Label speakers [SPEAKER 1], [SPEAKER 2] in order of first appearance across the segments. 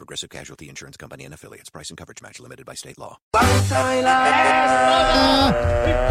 [SPEAKER 1] Progressive Casualty Insurance Company and affiliates. Price and coverage match limited by state law.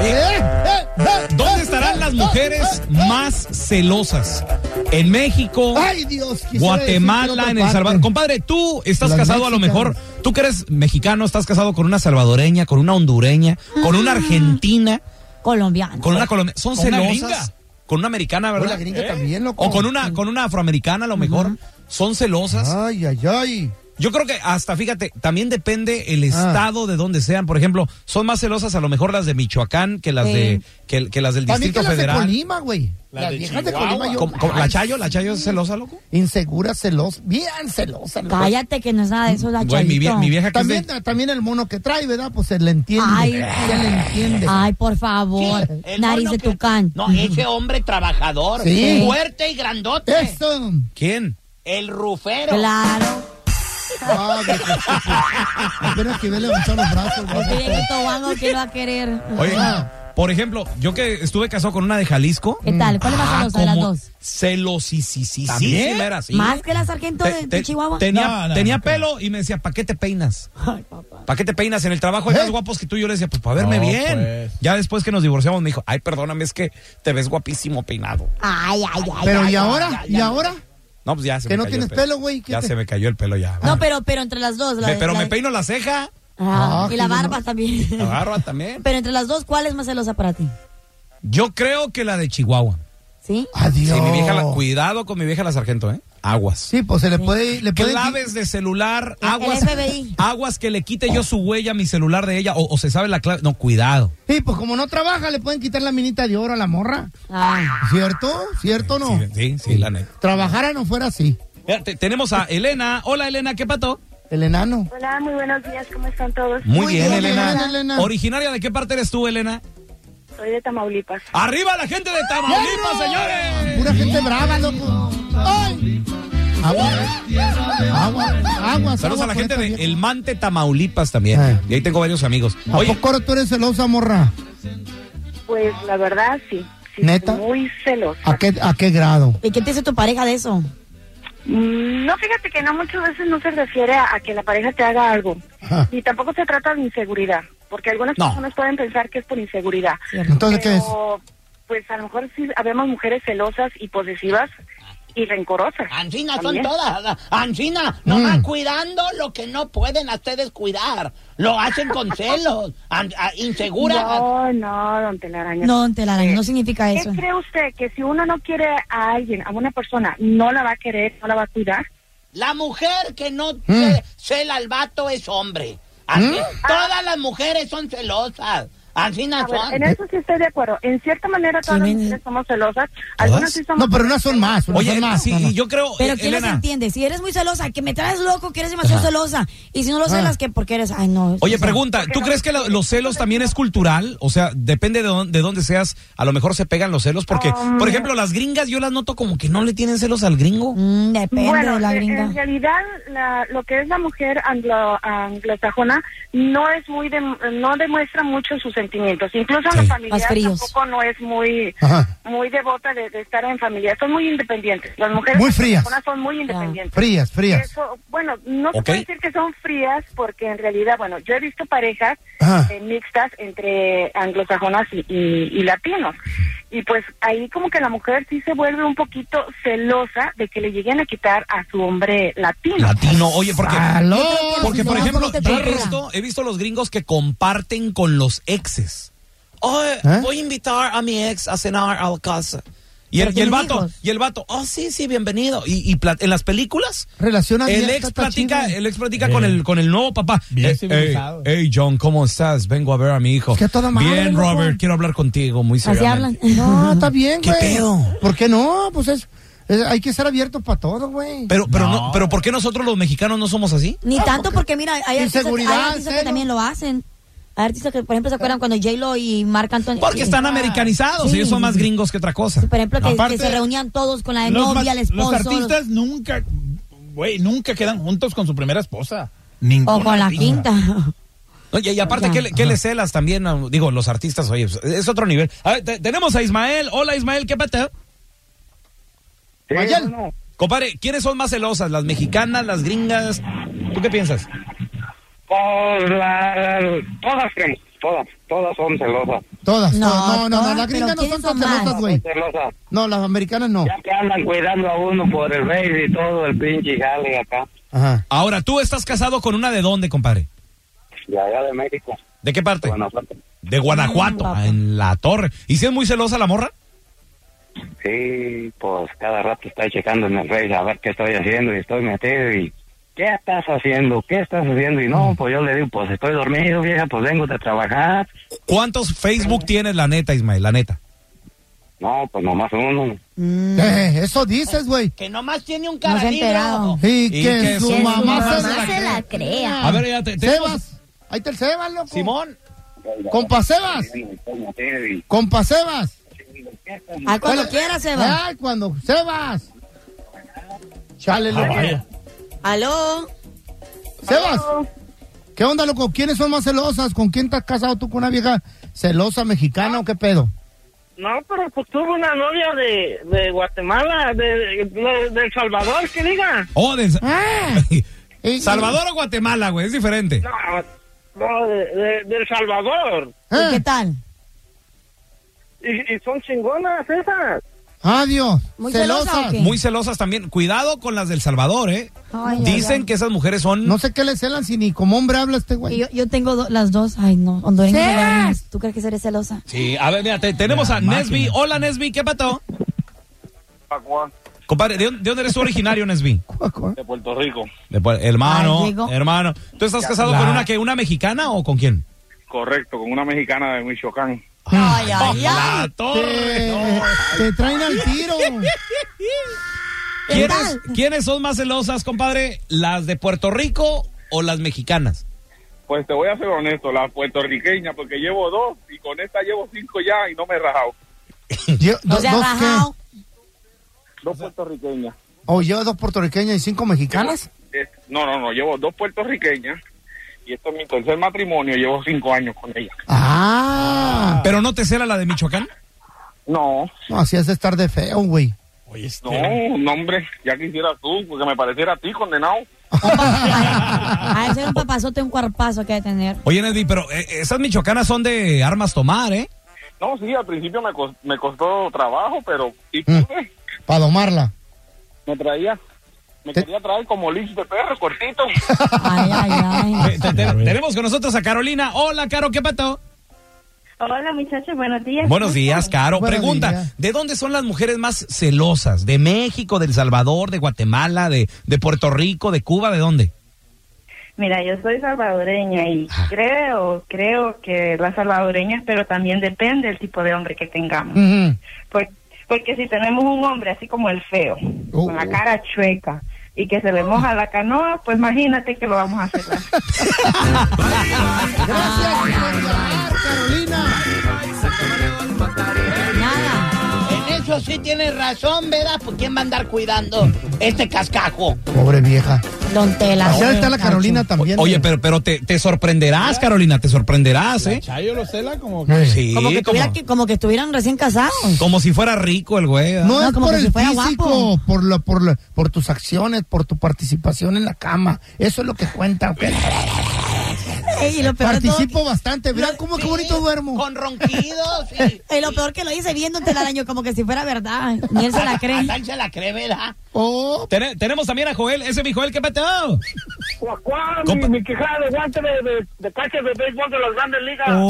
[SPEAKER 2] Eh,
[SPEAKER 3] ¿Dónde estarán las
[SPEAKER 2] eh,
[SPEAKER 3] mujeres más celosas? En México,
[SPEAKER 2] Ay, Dios. quisiera decir
[SPEAKER 3] Guatemala,
[SPEAKER 2] que
[SPEAKER 3] en El
[SPEAKER 2] otra
[SPEAKER 3] Salvador.
[SPEAKER 2] parte.
[SPEAKER 3] Compadre, tú estás
[SPEAKER 2] Las
[SPEAKER 3] casado a lo mejor,
[SPEAKER 2] mexicanas.
[SPEAKER 3] tú que eres mexicano, estás casado con una salvadoreña, con una hondureña, con
[SPEAKER 2] Ah.
[SPEAKER 3] una argentina,
[SPEAKER 4] colombiano.
[SPEAKER 3] con una colombiana. Son
[SPEAKER 2] Con una
[SPEAKER 3] celosas.
[SPEAKER 2] gringa.
[SPEAKER 3] Con una americana,
[SPEAKER 2] Con
[SPEAKER 3] ¿verdad?
[SPEAKER 2] la gringa
[SPEAKER 3] ¿Eh?
[SPEAKER 2] también, loco.
[SPEAKER 3] O con una, con una afroamericana, a lo mejor. Son celosas.
[SPEAKER 2] Ay, ay, ay. Ah.
[SPEAKER 3] Yo creo que hasta, fíjate, también depende el estado de donde sean. Por ejemplo, son más celosas a lo mejor las de Michoacán que las
[SPEAKER 4] Sí.
[SPEAKER 3] de que, que las del
[SPEAKER 2] También
[SPEAKER 3] Distrito
[SPEAKER 2] que las de
[SPEAKER 3] Federal.
[SPEAKER 2] Colima, güey. Las viejas de Colima. yo-
[SPEAKER 3] ¿Cómo- cómo? ¿La
[SPEAKER 2] Ay,
[SPEAKER 3] Chayo? ¿La Chayo es celosa, loco?
[SPEAKER 2] Insegura, celosa. Bien celosa. loco.
[SPEAKER 4] Cállate que no es nada de eso, la
[SPEAKER 3] Güey, mi, vie-
[SPEAKER 4] Chayito.
[SPEAKER 3] mi vieja que es de-
[SPEAKER 2] También, también el mono que trae, ¿verdad? Pues se le entiende.
[SPEAKER 4] Ay.
[SPEAKER 2] se le entiende.
[SPEAKER 4] Ay, por favor,
[SPEAKER 5] El
[SPEAKER 4] nariz de
[SPEAKER 5] mono que-
[SPEAKER 4] tucán.
[SPEAKER 5] No, ese hombre trabajador,
[SPEAKER 2] Sí.
[SPEAKER 5] fuerte y grandote.
[SPEAKER 2] Eso.
[SPEAKER 3] ¿Quién?
[SPEAKER 5] El rufero.
[SPEAKER 4] Claro.
[SPEAKER 2] Ah, viejo estúpido. Apenas pues. que ve levantar los brazos. güey.
[SPEAKER 4] Porque viejito guango que lo va a querer.
[SPEAKER 3] Oye,
[SPEAKER 2] Ah.
[SPEAKER 3] por ejemplo, yo que estuve casado con una de Jalisco.
[SPEAKER 4] ¿Qué tal? ¿Cuál es más
[SPEAKER 3] Ah,
[SPEAKER 4] celosa de las
[SPEAKER 3] como
[SPEAKER 4] dos?
[SPEAKER 5] ¿eh?
[SPEAKER 3] Celosisisisísima era, sí.
[SPEAKER 4] ¿Más que la sargento
[SPEAKER 3] Te-
[SPEAKER 4] de, de
[SPEAKER 3] te-
[SPEAKER 4] Chihuahua?
[SPEAKER 3] Tenía,
[SPEAKER 2] No, no,
[SPEAKER 3] tenía
[SPEAKER 2] no creo.
[SPEAKER 3] pelo y me decía, ¿para qué te peinas?
[SPEAKER 4] Ay, papá.
[SPEAKER 3] ¿Para qué te peinas en el trabajo? Hay más
[SPEAKER 2] ¿Eh?
[SPEAKER 3] guapos que tú. Yo le decía, pues para verme
[SPEAKER 5] No,
[SPEAKER 3] bien.
[SPEAKER 5] pues.
[SPEAKER 3] Ya después que nos divorciamos me dijo, ay, perdóname, es que te ves guapísimo peinado.
[SPEAKER 4] Ay, ay, ay.
[SPEAKER 2] Pero
[SPEAKER 4] ay, ay.
[SPEAKER 2] ¿y ahora? ¿Y ahora?
[SPEAKER 3] No, pues ya se
[SPEAKER 2] ¿Que
[SPEAKER 3] me
[SPEAKER 2] no
[SPEAKER 3] cayó el
[SPEAKER 2] tienes pelo, güey? ¿Qué
[SPEAKER 3] Ya
[SPEAKER 2] te-
[SPEAKER 3] se me cayó el pelo ya.
[SPEAKER 4] No, pero, pero entre las dos. la-
[SPEAKER 3] Me- pero
[SPEAKER 4] la-
[SPEAKER 3] me peino la ceja,
[SPEAKER 4] Ah,
[SPEAKER 2] Ah,
[SPEAKER 4] y la
[SPEAKER 2] sí,
[SPEAKER 4] barba
[SPEAKER 2] no.
[SPEAKER 4] también.
[SPEAKER 3] la barba también.
[SPEAKER 4] Pero entre las dos, ¿cuál es más celosa para ti?
[SPEAKER 3] Yo creo que la de Chihuahua.
[SPEAKER 4] ¿Sí?
[SPEAKER 2] Adiós.
[SPEAKER 3] Sí, mi vieja, la- cuidado con mi vieja la sargento, ¿eh? Aguas.
[SPEAKER 2] Sí, pues se le puede. Le puede
[SPEAKER 3] Claves de celular,
[SPEAKER 4] El- el
[SPEAKER 3] aguas,
[SPEAKER 4] FBI.
[SPEAKER 3] aguas que le quite yo su huella a mi celular de ella o, o se sabe la clave. No, cuidado.
[SPEAKER 2] Sí, pues como no trabaja, le pueden quitar la minita de oro a la morra.
[SPEAKER 4] Ay.
[SPEAKER 2] ¿Cierto? ¿Cierto o no?
[SPEAKER 3] Sí, sí, sí, la neta.
[SPEAKER 2] Trabajara no fuera así.
[SPEAKER 3] Mira, te- tenemos a Elena. Hola, Elena, ¿qué pato?
[SPEAKER 2] El enano.
[SPEAKER 6] Hola, muy buenos días, ¿cómo están todos?
[SPEAKER 3] Muy,
[SPEAKER 2] Muy
[SPEAKER 3] bien,
[SPEAKER 2] bien,
[SPEAKER 3] Elena.
[SPEAKER 2] Elena.
[SPEAKER 3] ¿Originaria de qué parte eres tú, Elena?
[SPEAKER 6] Soy de Tamaulipas.
[SPEAKER 3] ¡Arriba la gente de Tamaulipas, señores!
[SPEAKER 2] Pura gente brava, loco. ¡Ay! Agua. ¿eh? Agua. Agua.
[SPEAKER 3] Saludos a la gente de El Mante, Tamaulipas
[SPEAKER 2] Ah.
[SPEAKER 3] también. Y ahí tengo varios amigos.
[SPEAKER 2] ¿A
[SPEAKER 3] Oye,
[SPEAKER 2] poco ahora tú eres celosa, morra?
[SPEAKER 6] Pues la verdad, sí. sí
[SPEAKER 2] ¿Neta?
[SPEAKER 6] Muy celosa.
[SPEAKER 2] ¿A qué, ¿A qué grado?
[SPEAKER 4] ¿Y qué te dice tu pareja de eso?
[SPEAKER 6] Mm, No, fíjate que no, muchas veces no se refiere a, a que la pareja te haga algo.
[SPEAKER 2] Ajá.
[SPEAKER 6] Y tampoco se trata de inseguridad, porque algunas
[SPEAKER 3] No.
[SPEAKER 6] personas pueden pensar que es por inseguridad.
[SPEAKER 2] Entonces, ¿qué es?
[SPEAKER 6] Pero, pues a lo mejor sí habemos mujeres celosas y posesivas y rencorosas.
[SPEAKER 5] Ancina son
[SPEAKER 6] También.
[SPEAKER 5] todas. Ancina,
[SPEAKER 3] Mm.
[SPEAKER 5] nomás cuidando lo que no pueden ustedes cuidar. Lo hacen con celos, an- a- inseguras.
[SPEAKER 6] No, no, don Telaraña. Este,
[SPEAKER 4] No, don Telaraño, no significa
[SPEAKER 6] ¿Qué
[SPEAKER 4] eso.
[SPEAKER 6] cree usted? Que si uno no quiere a alguien, a una persona, no la va a querer, no la va a cuidar.
[SPEAKER 5] La mujer que no
[SPEAKER 2] Mm.
[SPEAKER 5] ce- cela al vato es hombre. Así,
[SPEAKER 3] Mm.
[SPEAKER 5] Todas las mujeres son celosas. Ancina
[SPEAKER 6] A ver,
[SPEAKER 5] son.
[SPEAKER 6] en eso sí estoy de acuerdo. En cierta manera todas las
[SPEAKER 4] ¿Quién es?
[SPEAKER 6] mujeres somos celosas. Algunas sí somos
[SPEAKER 2] No, pero unas son más. unas
[SPEAKER 3] oye,
[SPEAKER 2] son
[SPEAKER 3] Elena,
[SPEAKER 2] más.
[SPEAKER 3] sí,
[SPEAKER 2] No, no.
[SPEAKER 3] y yo creo.
[SPEAKER 4] Pero
[SPEAKER 3] eh,
[SPEAKER 4] ¿quién las
[SPEAKER 3] Elena.
[SPEAKER 4] entiende? Si eres muy celosa, que me traes loco, que eres demasiado celosa. Y si no lo celas, que porque eres... Ay, no.
[SPEAKER 3] Oye,
[SPEAKER 4] o sea,
[SPEAKER 3] pregunta, ¿tú crees que lo- los celos también es cultural? O sea, depende de, dónde- de dónde seas, a lo mejor se pegan los celos, porque,
[SPEAKER 4] Um.
[SPEAKER 3] por ejemplo, las gringas yo las noto como que no le tienen celos al gringo.
[SPEAKER 4] Mm, depende
[SPEAKER 6] Bueno,
[SPEAKER 4] de la
[SPEAKER 6] en-
[SPEAKER 4] gringa.
[SPEAKER 6] en realidad la- lo que es la mujer anglo, anglosajona no es muy de- no demuestra mucho sus sentimientos. Incluso en la
[SPEAKER 3] Sí.
[SPEAKER 6] familia
[SPEAKER 4] Más fríos.
[SPEAKER 6] tampoco no es muy
[SPEAKER 2] Ajá.
[SPEAKER 6] muy devota de, de estar en familia. Son muy independientes. Las mujeres
[SPEAKER 2] Muy frías.
[SPEAKER 6] anglosajonas son muy independientes.
[SPEAKER 2] Frías, frías.
[SPEAKER 6] Eso, bueno, no
[SPEAKER 3] Ok.
[SPEAKER 6] se puede decir que son frías porque en realidad, bueno, yo he visto parejas
[SPEAKER 2] Ajá.
[SPEAKER 6] eh, mixtas entre anglosajonas y, y- y latinos. Y pues ahí como que la mujer sí se vuelve un poquito celosa de que le lleguen a quitar a su hombre latino.
[SPEAKER 3] Latino, oye, porque,
[SPEAKER 2] ¡Aló!
[SPEAKER 3] porque por
[SPEAKER 4] No,
[SPEAKER 3] ejemplo,
[SPEAKER 4] porque te
[SPEAKER 3] yo he
[SPEAKER 4] pega.
[SPEAKER 3] visto, he visto los gringos que comparten con los exes. Oye,
[SPEAKER 2] ¿Eh?
[SPEAKER 3] voy a invitar a mi ex a cenar a la casa. Y
[SPEAKER 4] Pero
[SPEAKER 3] el, y el
[SPEAKER 4] tienen
[SPEAKER 3] vato,
[SPEAKER 4] hijos.
[SPEAKER 3] y el vato, oh sí, sí, bienvenido. Y, y pla- en las películas,
[SPEAKER 2] Relación
[SPEAKER 3] El
[SPEAKER 2] abierta,
[SPEAKER 3] ex
[SPEAKER 2] está
[SPEAKER 3] platica,
[SPEAKER 2] chido.
[SPEAKER 3] el ex platica con el con el nuevo papá.
[SPEAKER 5] Bien
[SPEAKER 3] Eh,
[SPEAKER 5] civilizado.
[SPEAKER 3] Hey, hey, John, ¿cómo estás? Vengo a ver a mi hijo.
[SPEAKER 2] Es que a toda madre,
[SPEAKER 3] Bien,
[SPEAKER 2] loco.
[SPEAKER 3] Robert, quiero hablar contigo muy
[SPEAKER 4] Así
[SPEAKER 3] seriamente.
[SPEAKER 4] hablan.
[SPEAKER 2] No, está bien,
[SPEAKER 3] ¿Qué
[SPEAKER 2] güey.
[SPEAKER 3] pedo?
[SPEAKER 2] ¿Por qué no? Pues es, Eh, hay que ser abiertos para todo, güey.
[SPEAKER 3] Pero, pero no.
[SPEAKER 5] No.
[SPEAKER 3] pero ¿por qué nosotros los mexicanos no somos así?
[SPEAKER 4] Ni tanto porque mira, hay artistas, que- hay
[SPEAKER 2] Ah, Inseguridad,
[SPEAKER 4] artistas que
[SPEAKER 2] celo.
[SPEAKER 4] también lo hacen. Hay artistas que, por ejemplo, se acuerdan cuando J-Lo y Marc Anthony. Ah.
[SPEAKER 3] Porque están americanizados,
[SPEAKER 4] Sí.
[SPEAKER 3] ellos son más gringos que otra cosa.
[SPEAKER 4] Por ejemplo, que,
[SPEAKER 7] Aparte,
[SPEAKER 4] que se reunían todos con la
[SPEAKER 7] Los
[SPEAKER 4] novia,
[SPEAKER 7] ma-
[SPEAKER 4] el esposo.
[SPEAKER 7] Los artistas nunca, güey, nunca quedan juntos con su primera esposa. Ningún
[SPEAKER 4] O con la
[SPEAKER 7] artista.
[SPEAKER 4] quinta.
[SPEAKER 3] No, y, y aparte,
[SPEAKER 4] Ya.
[SPEAKER 3] ¿qué, le- qué le celas también? a- digo, los artistas, oye, pues, es otro nivel. A ver, te- tenemos a Ismael. Hola, Ismael, ¿qué pasa?
[SPEAKER 8] Sí,
[SPEAKER 2] Mayel.
[SPEAKER 8] bueno,
[SPEAKER 3] Compadre, ¿quiénes son más celosas? ¿Las mexicanas, las gringas? ¿Tú qué piensas?
[SPEAKER 8] pues, la- todas, que- todas, todas son celosas.
[SPEAKER 2] Todas.
[SPEAKER 4] No,
[SPEAKER 2] No, no, no, no,
[SPEAKER 4] todas,
[SPEAKER 2] las
[SPEAKER 4] pero
[SPEAKER 2] gringas no
[SPEAKER 4] ¿quiénes
[SPEAKER 2] son tan
[SPEAKER 4] son más?
[SPEAKER 2] celosas, güey.
[SPEAKER 8] Celosas.
[SPEAKER 2] No, las americanas no.
[SPEAKER 8] Ya que andan cuidando a uno por el rey y todo el pinche jale acá,
[SPEAKER 2] Ajá.
[SPEAKER 3] Ahora, ¿tú estás casado con una de dónde, compadre?
[SPEAKER 8] de allá de México.
[SPEAKER 3] ¿De qué parte?
[SPEAKER 8] Guanajuato.
[SPEAKER 3] De Guanajuato,
[SPEAKER 4] Mm, papá.
[SPEAKER 3] en la torre. ¿Y si es muy celosa la morra?
[SPEAKER 8] Sí, pues cada rato estoy checando en el rey a ver qué estoy haciendo y estoy metido y ¿qué estás haciendo? ¿Qué estás haciendo? Y
[SPEAKER 3] Mm.
[SPEAKER 8] no, pues yo le digo, pues estoy dormido, vieja, pues vengo de trabajar.
[SPEAKER 3] ¿Cuántos Facebook tienes, la neta, Ismael? La neta.
[SPEAKER 8] No, pues nomás uno.
[SPEAKER 2] Eh, eso dices, güey.
[SPEAKER 5] Que nomás tiene un
[SPEAKER 4] No se ha
[SPEAKER 5] caralillo.
[SPEAKER 4] enterado.
[SPEAKER 2] Y,
[SPEAKER 3] Y
[SPEAKER 2] que,
[SPEAKER 3] que
[SPEAKER 2] su,
[SPEAKER 3] su
[SPEAKER 2] mamá,
[SPEAKER 3] mamá
[SPEAKER 2] se, la
[SPEAKER 4] la crea.
[SPEAKER 3] A ver, ya te, tenemos-
[SPEAKER 2] Sebas. Ahí está el Sebas, loco.
[SPEAKER 3] Simón.
[SPEAKER 2] Compa Sebas.
[SPEAKER 8] Estoy metido y-
[SPEAKER 2] Compa Sebas.
[SPEAKER 4] Ah, cuando
[SPEAKER 2] Bueno,
[SPEAKER 4] quieras, Eva.
[SPEAKER 2] Ay, cuando Sebas. Chale,
[SPEAKER 7] Ah,
[SPEAKER 2] loco.
[SPEAKER 7] vaya.
[SPEAKER 4] Aló.
[SPEAKER 2] Sebas. ¿Qué onda, loco? ¿Quiénes son más celosas? ¿Con quién estás casado tú con una vieja celosa mexicana o qué pedo?
[SPEAKER 8] No, pero pues tuve una novia de, Eh, de Guatemala, de, de, de El Salvador, que diga.
[SPEAKER 3] Oh, de-
[SPEAKER 2] Ah. Y-
[SPEAKER 3] Salvador o Guatemala, güey, es diferente.
[SPEAKER 8] No, no, de, de- de El Salvador.
[SPEAKER 4] ¿Y qué
[SPEAKER 2] Eh,
[SPEAKER 4] tal?
[SPEAKER 8] Y, y son chingonas esas.
[SPEAKER 2] Adiós.
[SPEAKER 4] ¿Muy celosa
[SPEAKER 2] Ah, celosas.
[SPEAKER 4] o qué?
[SPEAKER 3] Muy celosas también. Cuidado con las del Salvador, ¿eh?
[SPEAKER 4] Ay, ay,
[SPEAKER 3] Dicen
[SPEAKER 4] ay.
[SPEAKER 3] que esas mujeres son...
[SPEAKER 2] No sé qué le celan si ni como hombre habla este
[SPEAKER 4] Y
[SPEAKER 2] güey.
[SPEAKER 4] Yo, yo tengo do- las dos. Ay, no. Hondureñas y salvadoreñas. ¿Tú crees que seré celosa?
[SPEAKER 3] Sí, a ver, mira, te- tenemos
[SPEAKER 7] La
[SPEAKER 3] a Nesby.
[SPEAKER 7] máquina.
[SPEAKER 3] Hola, Nesby, ¿qué pato? Compadre, ¿de, dónde- de dónde eres tú originario, Nesby?
[SPEAKER 2] Cuaco, ¿eh?
[SPEAKER 8] De Puerto Rico,
[SPEAKER 3] De Puer- hermano,
[SPEAKER 4] Ay, llegó.
[SPEAKER 3] hermano. ¿Tú estás casado
[SPEAKER 7] La-
[SPEAKER 3] con una que una mexicana o con quién?
[SPEAKER 8] correcto, con una mexicana de Michoacán.
[SPEAKER 4] Ay, ay,
[SPEAKER 3] ¡La
[SPEAKER 4] ay.
[SPEAKER 3] torre!
[SPEAKER 2] Te, te traen al tiro.
[SPEAKER 4] ¿Qué
[SPEAKER 3] ¿Quiénes,
[SPEAKER 4] tal?
[SPEAKER 3] ¿Quiénes son más celosas, compadre? ¿Las de Puerto Rico o las mexicanas?
[SPEAKER 9] Pues te voy a ser honesto, la puertorriqueña, porque llevo dos y con esta llevo cinco ya y no me he rajado.
[SPEAKER 2] Yo-
[SPEAKER 4] No
[SPEAKER 2] do-
[SPEAKER 4] se ha
[SPEAKER 2] dos,
[SPEAKER 4] rajado.
[SPEAKER 9] Dos puertorriqueñas.
[SPEAKER 2] ¿qué? O yo dos puertorriqueñas y cinco mexicanas.
[SPEAKER 9] Eh, No, no, no, llevo dos puertorriqueñas y esto es mi tercer matrimonio, llevo cinco años con ella.
[SPEAKER 2] Ah,
[SPEAKER 3] ¿Pero no te cela la de Michoacán?
[SPEAKER 9] No,
[SPEAKER 2] no, así es de estar de feo, güey.
[SPEAKER 7] Oye, este-
[SPEAKER 9] no, no, hombre, ya quisiera tú, porque me pareciera a ti, condenado.
[SPEAKER 4] A Ah, ese un papazote, un cuerpazo que hay que tener.
[SPEAKER 3] Oye, Nesby, pero eh, esas michoacanas son de armas tomar, ¿eh?
[SPEAKER 9] No, sí, al principio me, cos- me costó trabajo, pero sí
[SPEAKER 2] Mm.
[SPEAKER 9] pude.
[SPEAKER 2] Para domarla.
[SPEAKER 9] Me traía, me
[SPEAKER 2] Te-
[SPEAKER 9] quería traer como lich de perro, cortito.
[SPEAKER 4] Ay, ay, ay.
[SPEAKER 3] Te- Eh, te- tenemos con nosotros a Carolina. Hola, Caro, ¿qué pato?
[SPEAKER 6] Hola muchachos, buenos días.
[SPEAKER 3] Buenos días, Caro.
[SPEAKER 2] Buenos
[SPEAKER 3] Pregunta,
[SPEAKER 2] días.
[SPEAKER 3] ¿de dónde son las mujeres más celosas? ¿De México, del Salvador, de Guatemala, de, de Puerto Rico, de Cuba? ¿De dónde?
[SPEAKER 6] Mira, yo soy salvadoreña y
[SPEAKER 3] Ah.
[SPEAKER 6] creo, creo que las salvadoreñas, pero también depende del tipo de hombre que tengamos.
[SPEAKER 2] Ujú.
[SPEAKER 6] Por- porque si tenemos un hombre así como el feo,
[SPEAKER 3] Uh,
[SPEAKER 2] Oh.
[SPEAKER 6] con la cara chueca y que se le moja la canoa, pues imagínate que lo vamos a hacer.
[SPEAKER 2] Gracias por llamar, Carolina.
[SPEAKER 4] Nada.
[SPEAKER 5] En eso sí tienes razón, ¿verdad? Pues quién va a andar cuidando este cascajo.
[SPEAKER 2] Pobre vieja.
[SPEAKER 4] Don Tela.
[SPEAKER 2] Así está la Carolina también.
[SPEAKER 3] Oye,
[SPEAKER 2] eh.
[SPEAKER 3] pero, pero te, te sorprenderás, Carolina, te sorprenderás, ¿eh?
[SPEAKER 7] Chayo lo cela como
[SPEAKER 2] Eh.
[SPEAKER 3] Sí,
[SPEAKER 4] Como que, tuviera
[SPEAKER 3] como,
[SPEAKER 4] que- como que estuvieran recién casados.
[SPEAKER 3] como si fuera rico el güey. ¿eh?
[SPEAKER 2] No,
[SPEAKER 4] No,
[SPEAKER 2] es
[SPEAKER 4] como
[SPEAKER 2] por
[SPEAKER 4] que
[SPEAKER 2] el
[SPEAKER 4] si fuera
[SPEAKER 2] físico,
[SPEAKER 4] guapo.
[SPEAKER 2] por, la, por, la- por tus acciones, por tu participación en la cama. Eso es lo que cuenta. güey.
[SPEAKER 4] Ey, y lo peor de todo
[SPEAKER 2] Participo bastante. Verán cómo
[SPEAKER 5] Sí,
[SPEAKER 2] que bonito duermo.
[SPEAKER 5] Con ronquidos y...
[SPEAKER 4] que- y lo peor que lo hice viendo el daño como que si fuera verdad. Ni él se la cree.
[SPEAKER 5] Tal se la cree, ¿verdad?
[SPEAKER 2] Oh,
[SPEAKER 3] Tene- tenemos también a Joel, ese es mi Joel, ¿qué pato?
[SPEAKER 9] Cuacuá,
[SPEAKER 3] Compa-
[SPEAKER 9] mi, mi quijada de guante de, de, de cacha de béisbol de las grandes ligas.
[SPEAKER 2] Oh.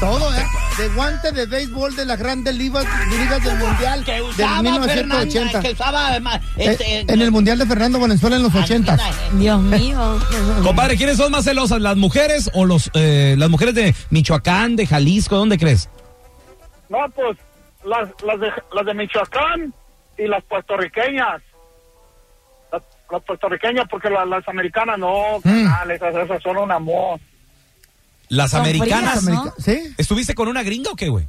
[SPEAKER 2] todo, ¿eh? De guante de béisbol de las grandes ligas, ligas del Mundial
[SPEAKER 5] Que
[SPEAKER 2] del
[SPEAKER 5] usaba Fernanda,
[SPEAKER 2] 1980.
[SPEAKER 5] que usaba además...
[SPEAKER 2] Eh,
[SPEAKER 5] Este,
[SPEAKER 2] en el Mundial de Fernando Valenzuela en los 80.
[SPEAKER 5] eh,
[SPEAKER 4] Dios mío.
[SPEAKER 3] Compadre, ¿quiénes son más celosas, las mujeres o los eh, las mujeres de Michoacán, de Jalisco? ¿Dónde crees?
[SPEAKER 9] No, pues
[SPEAKER 8] las, las, de, las de Michoacán y las puertorriqueñas. Las, las puertorriqueñas, porque la- las americanas no, carnal, esas, esas son un amor.
[SPEAKER 3] Las
[SPEAKER 8] Son
[SPEAKER 3] americanas.
[SPEAKER 8] frías, ¿no?
[SPEAKER 2] ¿Sí?
[SPEAKER 3] ¿Estuviste con una gringa o qué, güey?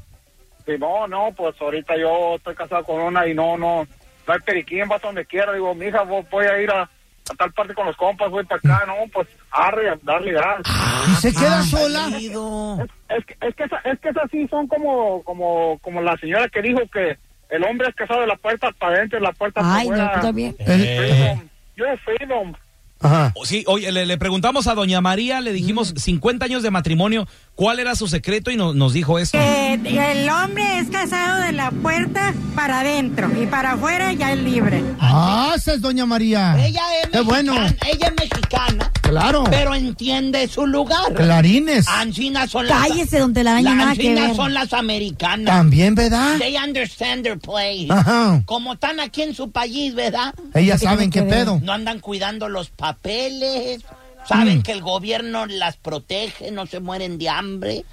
[SPEAKER 8] Sí, no, no, pues ahorita yo estoy casado con una y no, no, no hay periquín, vas donde quiera. Digo, mija, vos voy a ir a, a tal parte con los compas, voy para acá, no, pues arre, a darle gas.
[SPEAKER 2] ¿Y se
[SPEAKER 4] Ah,
[SPEAKER 2] queda sola?
[SPEAKER 8] Es que, es que, esa- es que esas sí son como, como, como la señora que dijo que el hombre es casado de la puerta para adentro y la puerta para
[SPEAKER 4] Ay, no,
[SPEAKER 8] afuera.
[SPEAKER 4] tú
[SPEAKER 2] Eh,
[SPEAKER 4] también.
[SPEAKER 3] Eh.
[SPEAKER 8] Yo es freedom.
[SPEAKER 3] O- Oh, Sí, oye, le, le preguntamos a doña María, le dijimos 50 años de matrimonio, ¿cuál era su secreto? Y no- nos dijo esto.
[SPEAKER 10] Que Eh, el hombre es casado de la puerta para adentro y para afuera ya es libre.
[SPEAKER 2] Ah, esa es Doña María.
[SPEAKER 5] Ella es
[SPEAKER 2] Qué
[SPEAKER 5] mexicana,
[SPEAKER 2] bueno.
[SPEAKER 5] ella es mexicana.
[SPEAKER 2] Claro.
[SPEAKER 5] Pero entiende su lugar.
[SPEAKER 2] Telaraines.
[SPEAKER 5] Ancinas son las...
[SPEAKER 4] Cállese, don Telaraño,
[SPEAKER 5] las
[SPEAKER 4] nada que
[SPEAKER 5] ancinas
[SPEAKER 4] ver.
[SPEAKER 5] son las americanas.
[SPEAKER 2] También, ¿verdad?
[SPEAKER 5] They understand their place.
[SPEAKER 2] Ajá.
[SPEAKER 5] Como están aquí en su país, ¿verdad?
[SPEAKER 2] Ellas ¿Qué saben tiene qué que ver? pedo.
[SPEAKER 5] No andan cuidando los papeles. Saben
[SPEAKER 2] Mm.
[SPEAKER 5] que el gobierno las protege, no se mueren de hambre.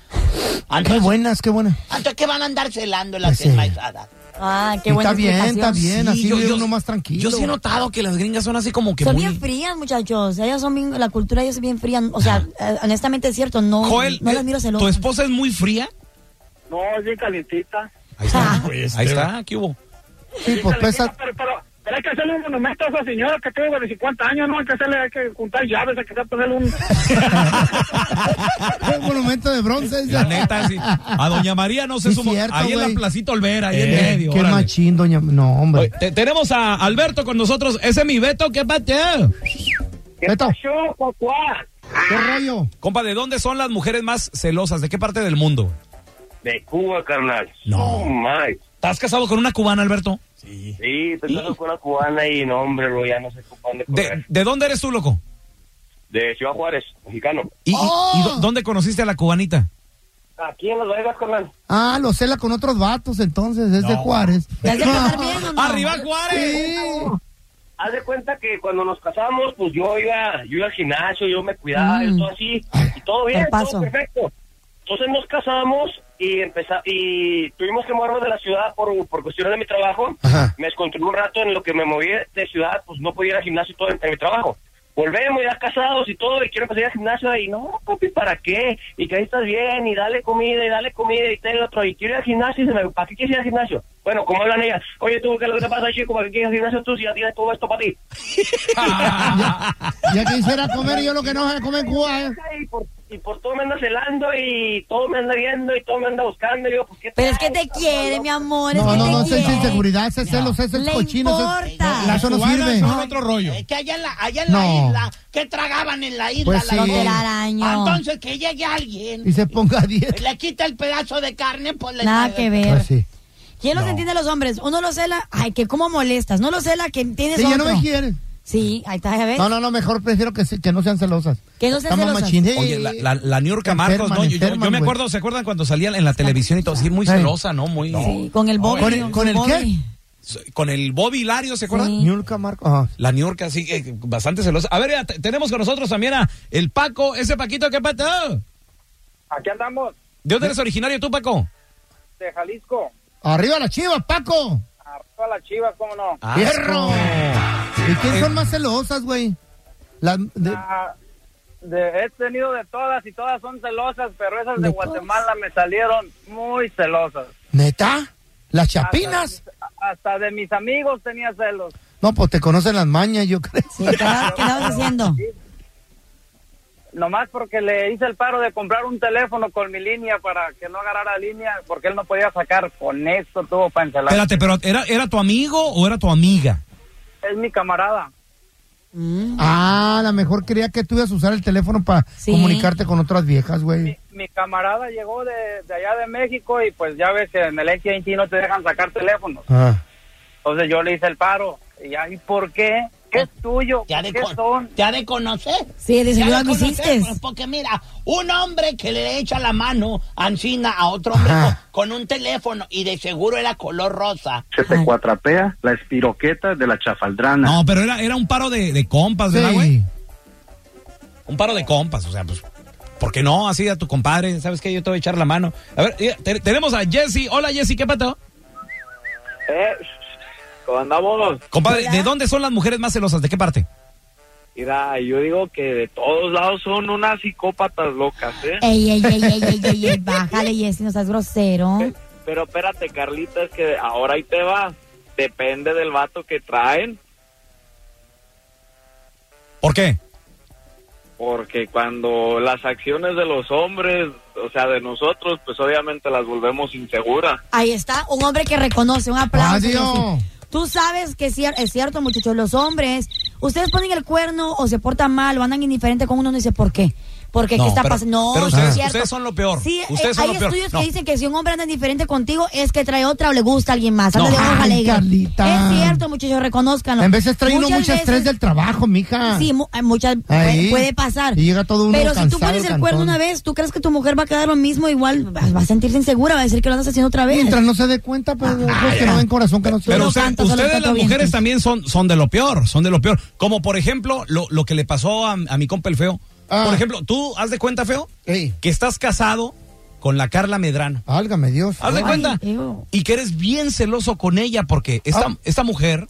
[SPEAKER 2] Ah, Qué buenas, qué buenas.
[SPEAKER 5] Entonces, ¿qué van a andar celando
[SPEAKER 2] Pues
[SPEAKER 5] las
[SPEAKER 2] sí.
[SPEAKER 5] desmaizadas?
[SPEAKER 4] Ah, qué
[SPEAKER 2] Y
[SPEAKER 4] buena
[SPEAKER 2] está bien,
[SPEAKER 4] explicación.
[SPEAKER 2] está bien, así vive uno más tranquilo.
[SPEAKER 3] Yo sí he notado que las gringas son así como que
[SPEAKER 4] son
[SPEAKER 3] muy...
[SPEAKER 4] bien frías, muchachos. Ellas son bien, la cultura de ellas es bien fría. O sea, eh, honestamente es cierto, no,
[SPEAKER 3] Joel,
[SPEAKER 4] no
[SPEAKER 3] eh,
[SPEAKER 4] las miro
[SPEAKER 3] ¿tu
[SPEAKER 4] celosas.
[SPEAKER 3] esposa es muy fría?
[SPEAKER 8] No, es bien calientita.
[SPEAKER 3] Ahí está, pues, ahí está, ¿qué hubo?
[SPEAKER 2] Sí, pues pesa.
[SPEAKER 8] Pero, pero, pero hay que hacerle un monumento a esa señora que tengo de 50 años, ¿no? Hay que hacerle, hay que juntar llaves, hay que hacerle un...
[SPEAKER 2] Es un monumento de bronce.
[SPEAKER 3] La neta, sí. A doña María no se
[SPEAKER 2] Sí,
[SPEAKER 3] sumó.
[SPEAKER 2] cierto,
[SPEAKER 3] ahí en
[SPEAKER 2] güey.
[SPEAKER 3] la placita Olvera, ahí en
[SPEAKER 2] Eh,
[SPEAKER 3] medio.
[SPEAKER 2] Qué
[SPEAKER 3] órale.
[SPEAKER 2] machín, Doña. No, hombre.
[SPEAKER 3] Te- tenemos a Alberto con nosotros. Ese es mi Beto, ¿qué pateo?
[SPEAKER 2] Beto.
[SPEAKER 8] ¿Qué
[SPEAKER 2] rollo?
[SPEAKER 3] Compa, ¿de dónde son las mujeres más celosas? ¿De qué parte del mundo?
[SPEAKER 7] De Cuba, carnal.
[SPEAKER 3] No.
[SPEAKER 7] Oh, my.
[SPEAKER 3] ¿Estás casado con una cubana, Alberto?
[SPEAKER 7] Sí, estoy casado con una cubana y no, hombre, bro, ya no sé cómo dónde
[SPEAKER 3] ¿De,
[SPEAKER 7] correr.
[SPEAKER 3] de dónde eres tú, loco?
[SPEAKER 7] De Ciudad Juárez, mexicano.
[SPEAKER 3] ¿Y, y-
[SPEAKER 2] Oh.
[SPEAKER 3] y dó- dónde conociste a la cubanita?
[SPEAKER 7] Aquí en Las Vegas, carnal.
[SPEAKER 2] Ah, lo cela con otros vatos, entonces. Es de Juárez. Ah,
[SPEAKER 3] ¡Arriba Juárez!
[SPEAKER 7] Haz de cuenta que cuando nos casamos, pues yo iba, yo iba al gimnasio, yo me cuidaba, yo todo así, y todo bien, todo perfecto. Entonces nos casamos y empezamos, y tuvimos que movernos de la ciudad por, por cuestiones de mi trabajo. Me descontrolé un rato en lo que me moví de ciudad, pues no podía ir al gimnasio y todo en, en mi trabajo. Volvemos ya casados y todo, y quiero empezar a ir al gimnasio, y no, papi, ¿para qué? Y que ahí estás bien, y dale comida, y dale comida, y tal, y otro, y quiero ir al gimnasio, y se me, ¿para qué quieres ir al gimnasio? Bueno, como hablan ellas, oye, tú, ¿qué es lo que te pasa, chico? ¿Para qué quieres ir al gimnasio tú si ya tienes todo esto para ti?
[SPEAKER 2] Ya quisiera comer yo lo que no se come en Cuba, ¿eh?
[SPEAKER 7] Y por, y por todo me anda celando y todo me anda viendo y todo me anda buscando. Y yo, pues, ¿qué
[SPEAKER 4] Pero es que te quiere, mi amor. es
[SPEAKER 2] No,
[SPEAKER 4] que
[SPEAKER 2] no,
[SPEAKER 4] te
[SPEAKER 2] no, ese es
[SPEAKER 4] quiere.
[SPEAKER 2] inseguridad, ese es celos, ese es
[SPEAKER 4] Le
[SPEAKER 2] cochino. ese es-
[SPEAKER 4] importa.
[SPEAKER 2] no, Eso no sirve.
[SPEAKER 5] otro
[SPEAKER 9] rollo.
[SPEAKER 5] Es que allá en la, allá en
[SPEAKER 2] No.
[SPEAKER 5] la isla, ¿qué tragaban en la isla?
[SPEAKER 2] Pues
[SPEAKER 5] la
[SPEAKER 2] sí.
[SPEAKER 5] gente? Ah,
[SPEAKER 2] Telaraño.
[SPEAKER 5] Entonces, que llegue alguien,
[SPEAKER 2] Y se ponga a dieta.
[SPEAKER 5] le quita el pedazo de carne, pues le
[SPEAKER 4] Nada que ver.
[SPEAKER 2] Pues sí.
[SPEAKER 4] ¿Quién los
[SPEAKER 2] No.
[SPEAKER 4] entiende a los hombres? Uno los cela, ay, que cómo molestas. No los cela, que tienes
[SPEAKER 2] Sí, ya no
[SPEAKER 4] otro.
[SPEAKER 2] me quieren.
[SPEAKER 4] Sí, ahí está, ya ves.
[SPEAKER 2] No, no, no, mejor prefiero que, se- que no sean celosas.
[SPEAKER 4] Que no sean
[SPEAKER 2] Está más
[SPEAKER 4] celosas.
[SPEAKER 2] machín. Sí.
[SPEAKER 3] Oye, la, la, la Niurka
[SPEAKER 2] Enferman,
[SPEAKER 3] Marcos, ¿no? Yo- Yo, yo
[SPEAKER 2] enferman, güey.
[SPEAKER 3] me
[SPEAKER 2] Ah,
[SPEAKER 3] acuerdo, ¿se acuerdan cuando salían en la televisión y todo? Sí, muy
[SPEAKER 2] Sí.
[SPEAKER 3] celosa, ¿no? Muy...
[SPEAKER 4] Sí, con el Bobby.
[SPEAKER 2] ¿Con el- con el
[SPEAKER 4] Bobby.
[SPEAKER 2] qué?
[SPEAKER 3] Con el Bobby Hilario, ¿se acuerdan?
[SPEAKER 2] Niurka Marcos. ajá.
[SPEAKER 3] La Niurka, sí, eh, bastante celosa. A ver, ya te- tenemos con nosotros también a el Paco, ese Paquito, ¿qué pato?
[SPEAKER 11] Aquí andamos,
[SPEAKER 3] ¿De dónde eres originario tú, Paco?
[SPEAKER 11] de Jalisco.
[SPEAKER 2] Arriba la chiva, Paco.
[SPEAKER 11] Arriba las chivas, ¿cómo no?
[SPEAKER 2] ¡Fierro! ¿Y quién son más celosas, güey? Las de-
[SPEAKER 11] Ah, de- he tenido de todas y todas son celosas, pero esas de,
[SPEAKER 2] ¿De todas?
[SPEAKER 11] Guatemala me salieron muy celosas.
[SPEAKER 2] ¿Neta? ¿Las chapinas?
[SPEAKER 11] Hasta, hasta de mis amigos tenía celos.
[SPEAKER 2] No, pues te conocen las mañas, yo creo.
[SPEAKER 4] ¿Qué estabas haciendo?
[SPEAKER 11] Nomás porque le hice el paro de comprar un teléfono con mi línea para que no agarrara línea, porque él no podía sacar. Con esto tuvo para encelar.
[SPEAKER 3] Espérate, pero ¿era, ¿era tu amigo o era tu amiga?
[SPEAKER 11] Es mi camarada.
[SPEAKER 2] Ah, a lo mejor quería que tú ibas a usar el teléfono para comunicarte con otras viejas, güey.
[SPEAKER 11] Mi camarada llegó de, de allá de México y pues ya ves que en el AT&T no te dejan sacar teléfonos.
[SPEAKER 2] Ah.
[SPEAKER 11] Entonces yo le hice el paro. ¿Y ahí por qué? ¿Qué es tuyo?
[SPEAKER 5] Ya de,
[SPEAKER 11] ¿Qué
[SPEAKER 5] con-
[SPEAKER 11] son?
[SPEAKER 5] te ha de conocer.
[SPEAKER 4] Sí, de
[SPEAKER 5] Te ha
[SPEAKER 4] seguro algo
[SPEAKER 5] conocer,
[SPEAKER 4] hiciste.
[SPEAKER 5] pues, Porque mira, un hombre que le echa la mano ancina a otro hombre
[SPEAKER 8] Ajá.
[SPEAKER 5] con, con un teléfono y de seguro era color rosa.
[SPEAKER 8] Se te cuatrapea la espiroqueta de la chafaldrana.
[SPEAKER 3] No, pero era, era un paro de, de compas, ¿verdad, güey? Un paro de compas, o sea, pues, ¿por qué no? Así a tu compadre, ¿sabes qué? Yo te voy a echar la mano. A ver, eh, te- tenemos a Jesse. Hola, Jesse, ¿qué pato?
[SPEAKER 8] Eh, ¿cómo andamos?
[SPEAKER 3] Compadre, ¿de dónde son las mujeres más celosas? ¿De qué parte?
[SPEAKER 8] Mira, yo digo que de todos lados son unas psicópatas locas, ¿eh?
[SPEAKER 4] Ey, ey, ey, ey, ey, ey, ey, bájale, Jessy, no seas grosero.
[SPEAKER 8] Pero espérate, Carlita, es que ahora ahí te va. Depende del vato que traen,
[SPEAKER 3] ¿Por qué?
[SPEAKER 8] porque cuando las acciones de los hombres, o sea, de nosotros, pues obviamente las volvemos inseguras.
[SPEAKER 4] Ahí está, un hombre que reconoce, un aplauso. Jessy. Tú sabes que es cier- es cierto, muchachos, los hombres, ustedes ponen el cuerno o se portan mal o andan indiferente con uno, no dice por qué. Porque,
[SPEAKER 3] No,
[SPEAKER 4] ¿qué está
[SPEAKER 3] pero-
[SPEAKER 4] pasando? No,
[SPEAKER 3] pero
[SPEAKER 4] no
[SPEAKER 3] ustedes-
[SPEAKER 4] es cierto.
[SPEAKER 3] ustedes son lo peor.
[SPEAKER 4] Sí,
[SPEAKER 3] Ustedes
[SPEAKER 4] eh,
[SPEAKER 3] son
[SPEAKER 4] hay
[SPEAKER 3] lo peor.
[SPEAKER 4] estudios
[SPEAKER 3] No.
[SPEAKER 4] que dicen que si un hombre anda indiferente contigo es que trae otra o le gusta a alguien más.
[SPEAKER 2] No.
[SPEAKER 4] Anda de hoja
[SPEAKER 2] Ay,
[SPEAKER 4] alegre.
[SPEAKER 2] Carlita.
[SPEAKER 4] Es cierto, muchachos, reconozcanlo.
[SPEAKER 2] En veces trae uno mucho estrés
[SPEAKER 4] veces-
[SPEAKER 2] del trabajo, mija.
[SPEAKER 4] Sí, mu- eh, muchas puede,
[SPEAKER 2] Ahí.
[SPEAKER 4] puede pasar.
[SPEAKER 2] Y llega todo uno
[SPEAKER 4] Pero si tú
[SPEAKER 2] cansado
[SPEAKER 4] pones el
[SPEAKER 2] al
[SPEAKER 4] cuerno
[SPEAKER 2] cantón.
[SPEAKER 4] una vez, ¿tú crees que tu mujer va a quedar lo mismo? Igual va va a sentirse insegura, va a decir que lo andas haciendo otra vez. Ah,
[SPEAKER 2] Mientras no se dé cuenta, pero ojos que no ven corazón que no se
[SPEAKER 3] Pero
[SPEAKER 2] ven.
[SPEAKER 3] usted- ustedes las mujeres también son, son de lo peor, son de lo peor. Como por ejemplo lo, lo que le pasó a, a mi compa el feo.
[SPEAKER 2] Ah.
[SPEAKER 3] Por ejemplo, tú haz de cuenta, feo, que estás casado con la Carla Medrano.
[SPEAKER 2] Álgame Dios.
[SPEAKER 3] Haz de
[SPEAKER 2] Ay,
[SPEAKER 3] cuenta. Y que eres bien celoso con ella porque esta,
[SPEAKER 2] Ah.
[SPEAKER 3] esta mujer,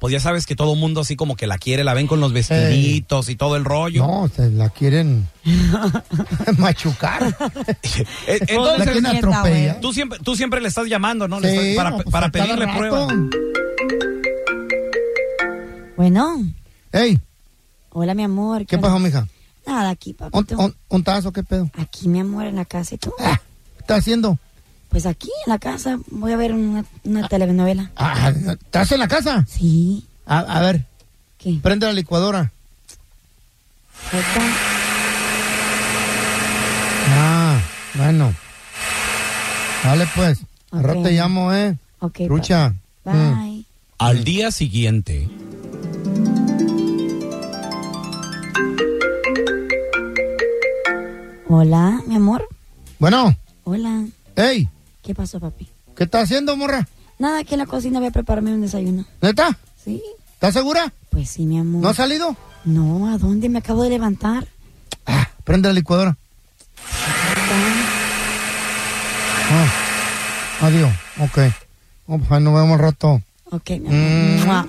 [SPEAKER 3] pues ya sabes que todo mundo así como que la quiere, la ven con los vestiditos y todo el rollo.
[SPEAKER 2] No, se la quieren machucar.
[SPEAKER 3] Eh,
[SPEAKER 2] La quieren atropellar.
[SPEAKER 3] tú siempre, tú siempre le estás llamando, ¿no? Le
[SPEAKER 2] Sí,
[SPEAKER 3] estás- para
[SPEAKER 2] no, pues,
[SPEAKER 3] para
[SPEAKER 2] a cada
[SPEAKER 3] pedirle
[SPEAKER 2] rato.
[SPEAKER 3] pruebas.
[SPEAKER 4] Bueno.
[SPEAKER 2] Ey.
[SPEAKER 4] Hola, mi amor.
[SPEAKER 2] ¿Qué pasó, mija?
[SPEAKER 4] Nada, aquí,
[SPEAKER 2] ¿Un,
[SPEAKER 4] papito.
[SPEAKER 2] un- un tazo qué pedo?
[SPEAKER 4] Aquí, mi amor, en la casa. ¿Y tú?
[SPEAKER 2] ¿Qué estás haciendo?
[SPEAKER 4] Pues aquí, en la casa. Voy a ver una, una telenovela.
[SPEAKER 2] Ah, ¿Estás en la casa?
[SPEAKER 4] Sí.
[SPEAKER 2] A, a ver.
[SPEAKER 4] ¿Qué?
[SPEAKER 2] Prende la licuadora. Ah, bueno. Dale pues. Al rato
[SPEAKER 3] Ok.
[SPEAKER 2] te llamo, ¿eh? Mm.
[SPEAKER 4] Ok. pues.
[SPEAKER 2] Trucha.
[SPEAKER 4] Bye.
[SPEAKER 3] Al día siguiente.
[SPEAKER 4] Hola, mi amor.
[SPEAKER 2] Bueno.
[SPEAKER 4] Hola.
[SPEAKER 2] Ey.
[SPEAKER 4] ¿Qué pasó, papi?
[SPEAKER 2] ¿Qué estás haciendo, morra?
[SPEAKER 4] Nada, aquí en la cocina voy a prepararme un desayuno.
[SPEAKER 2] ¿Neta?
[SPEAKER 4] Sí.
[SPEAKER 2] ¿Estás segura?
[SPEAKER 4] Pues sí, mi amor.
[SPEAKER 2] ¿No has salido?
[SPEAKER 4] No, ¿a dónde? Me acabo de levantar.
[SPEAKER 2] Prende la licuadora. Ah. Adiós. Ok. Oh, pues, ahí nos vemos al rato.
[SPEAKER 4] Ok, mi
[SPEAKER 2] Mm.
[SPEAKER 4] amor.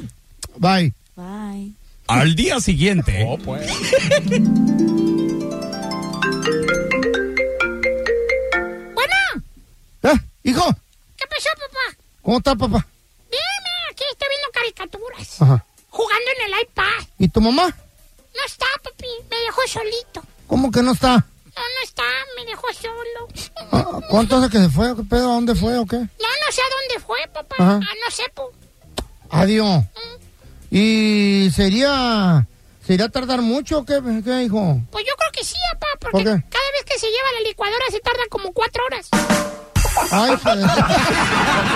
[SPEAKER 2] Bye.
[SPEAKER 4] Bye.
[SPEAKER 3] Al día siguiente.
[SPEAKER 2] Oh, pues.
[SPEAKER 12] Bueno,
[SPEAKER 2] ¿Eh? Hijo,
[SPEAKER 12] ¿qué pasó, papá?
[SPEAKER 2] ¿cómo estás, papá?
[SPEAKER 12] Dime, aquí estoy viendo caricaturas.
[SPEAKER 2] Ajá.
[SPEAKER 12] Jugando en el iPad.
[SPEAKER 2] ¿Y tu mamá?
[SPEAKER 12] No está, papi. Me dejó solito.
[SPEAKER 2] ¿Cómo que no está?
[SPEAKER 12] No, no está. Me dejó solo.
[SPEAKER 2] Ah, ¿Cuánto hace que se fue? ¿Qué pedo? ¿A dónde fue o qué?
[SPEAKER 12] No, no sé a dónde fue, papá.
[SPEAKER 2] Ajá.
[SPEAKER 12] Ah, no sé, po.
[SPEAKER 2] Adiós. ¿Y sería... ¿Sería tardar mucho o qué, qué, hijo?
[SPEAKER 12] Pues yo creo que sí, papá.
[SPEAKER 2] ¿Por
[SPEAKER 12] Porque
[SPEAKER 2] qué? pues,
[SPEAKER 12] cada vez que se lleva la licuadora se tarda como cuatro horas.
[SPEAKER 2] Ay, hija de-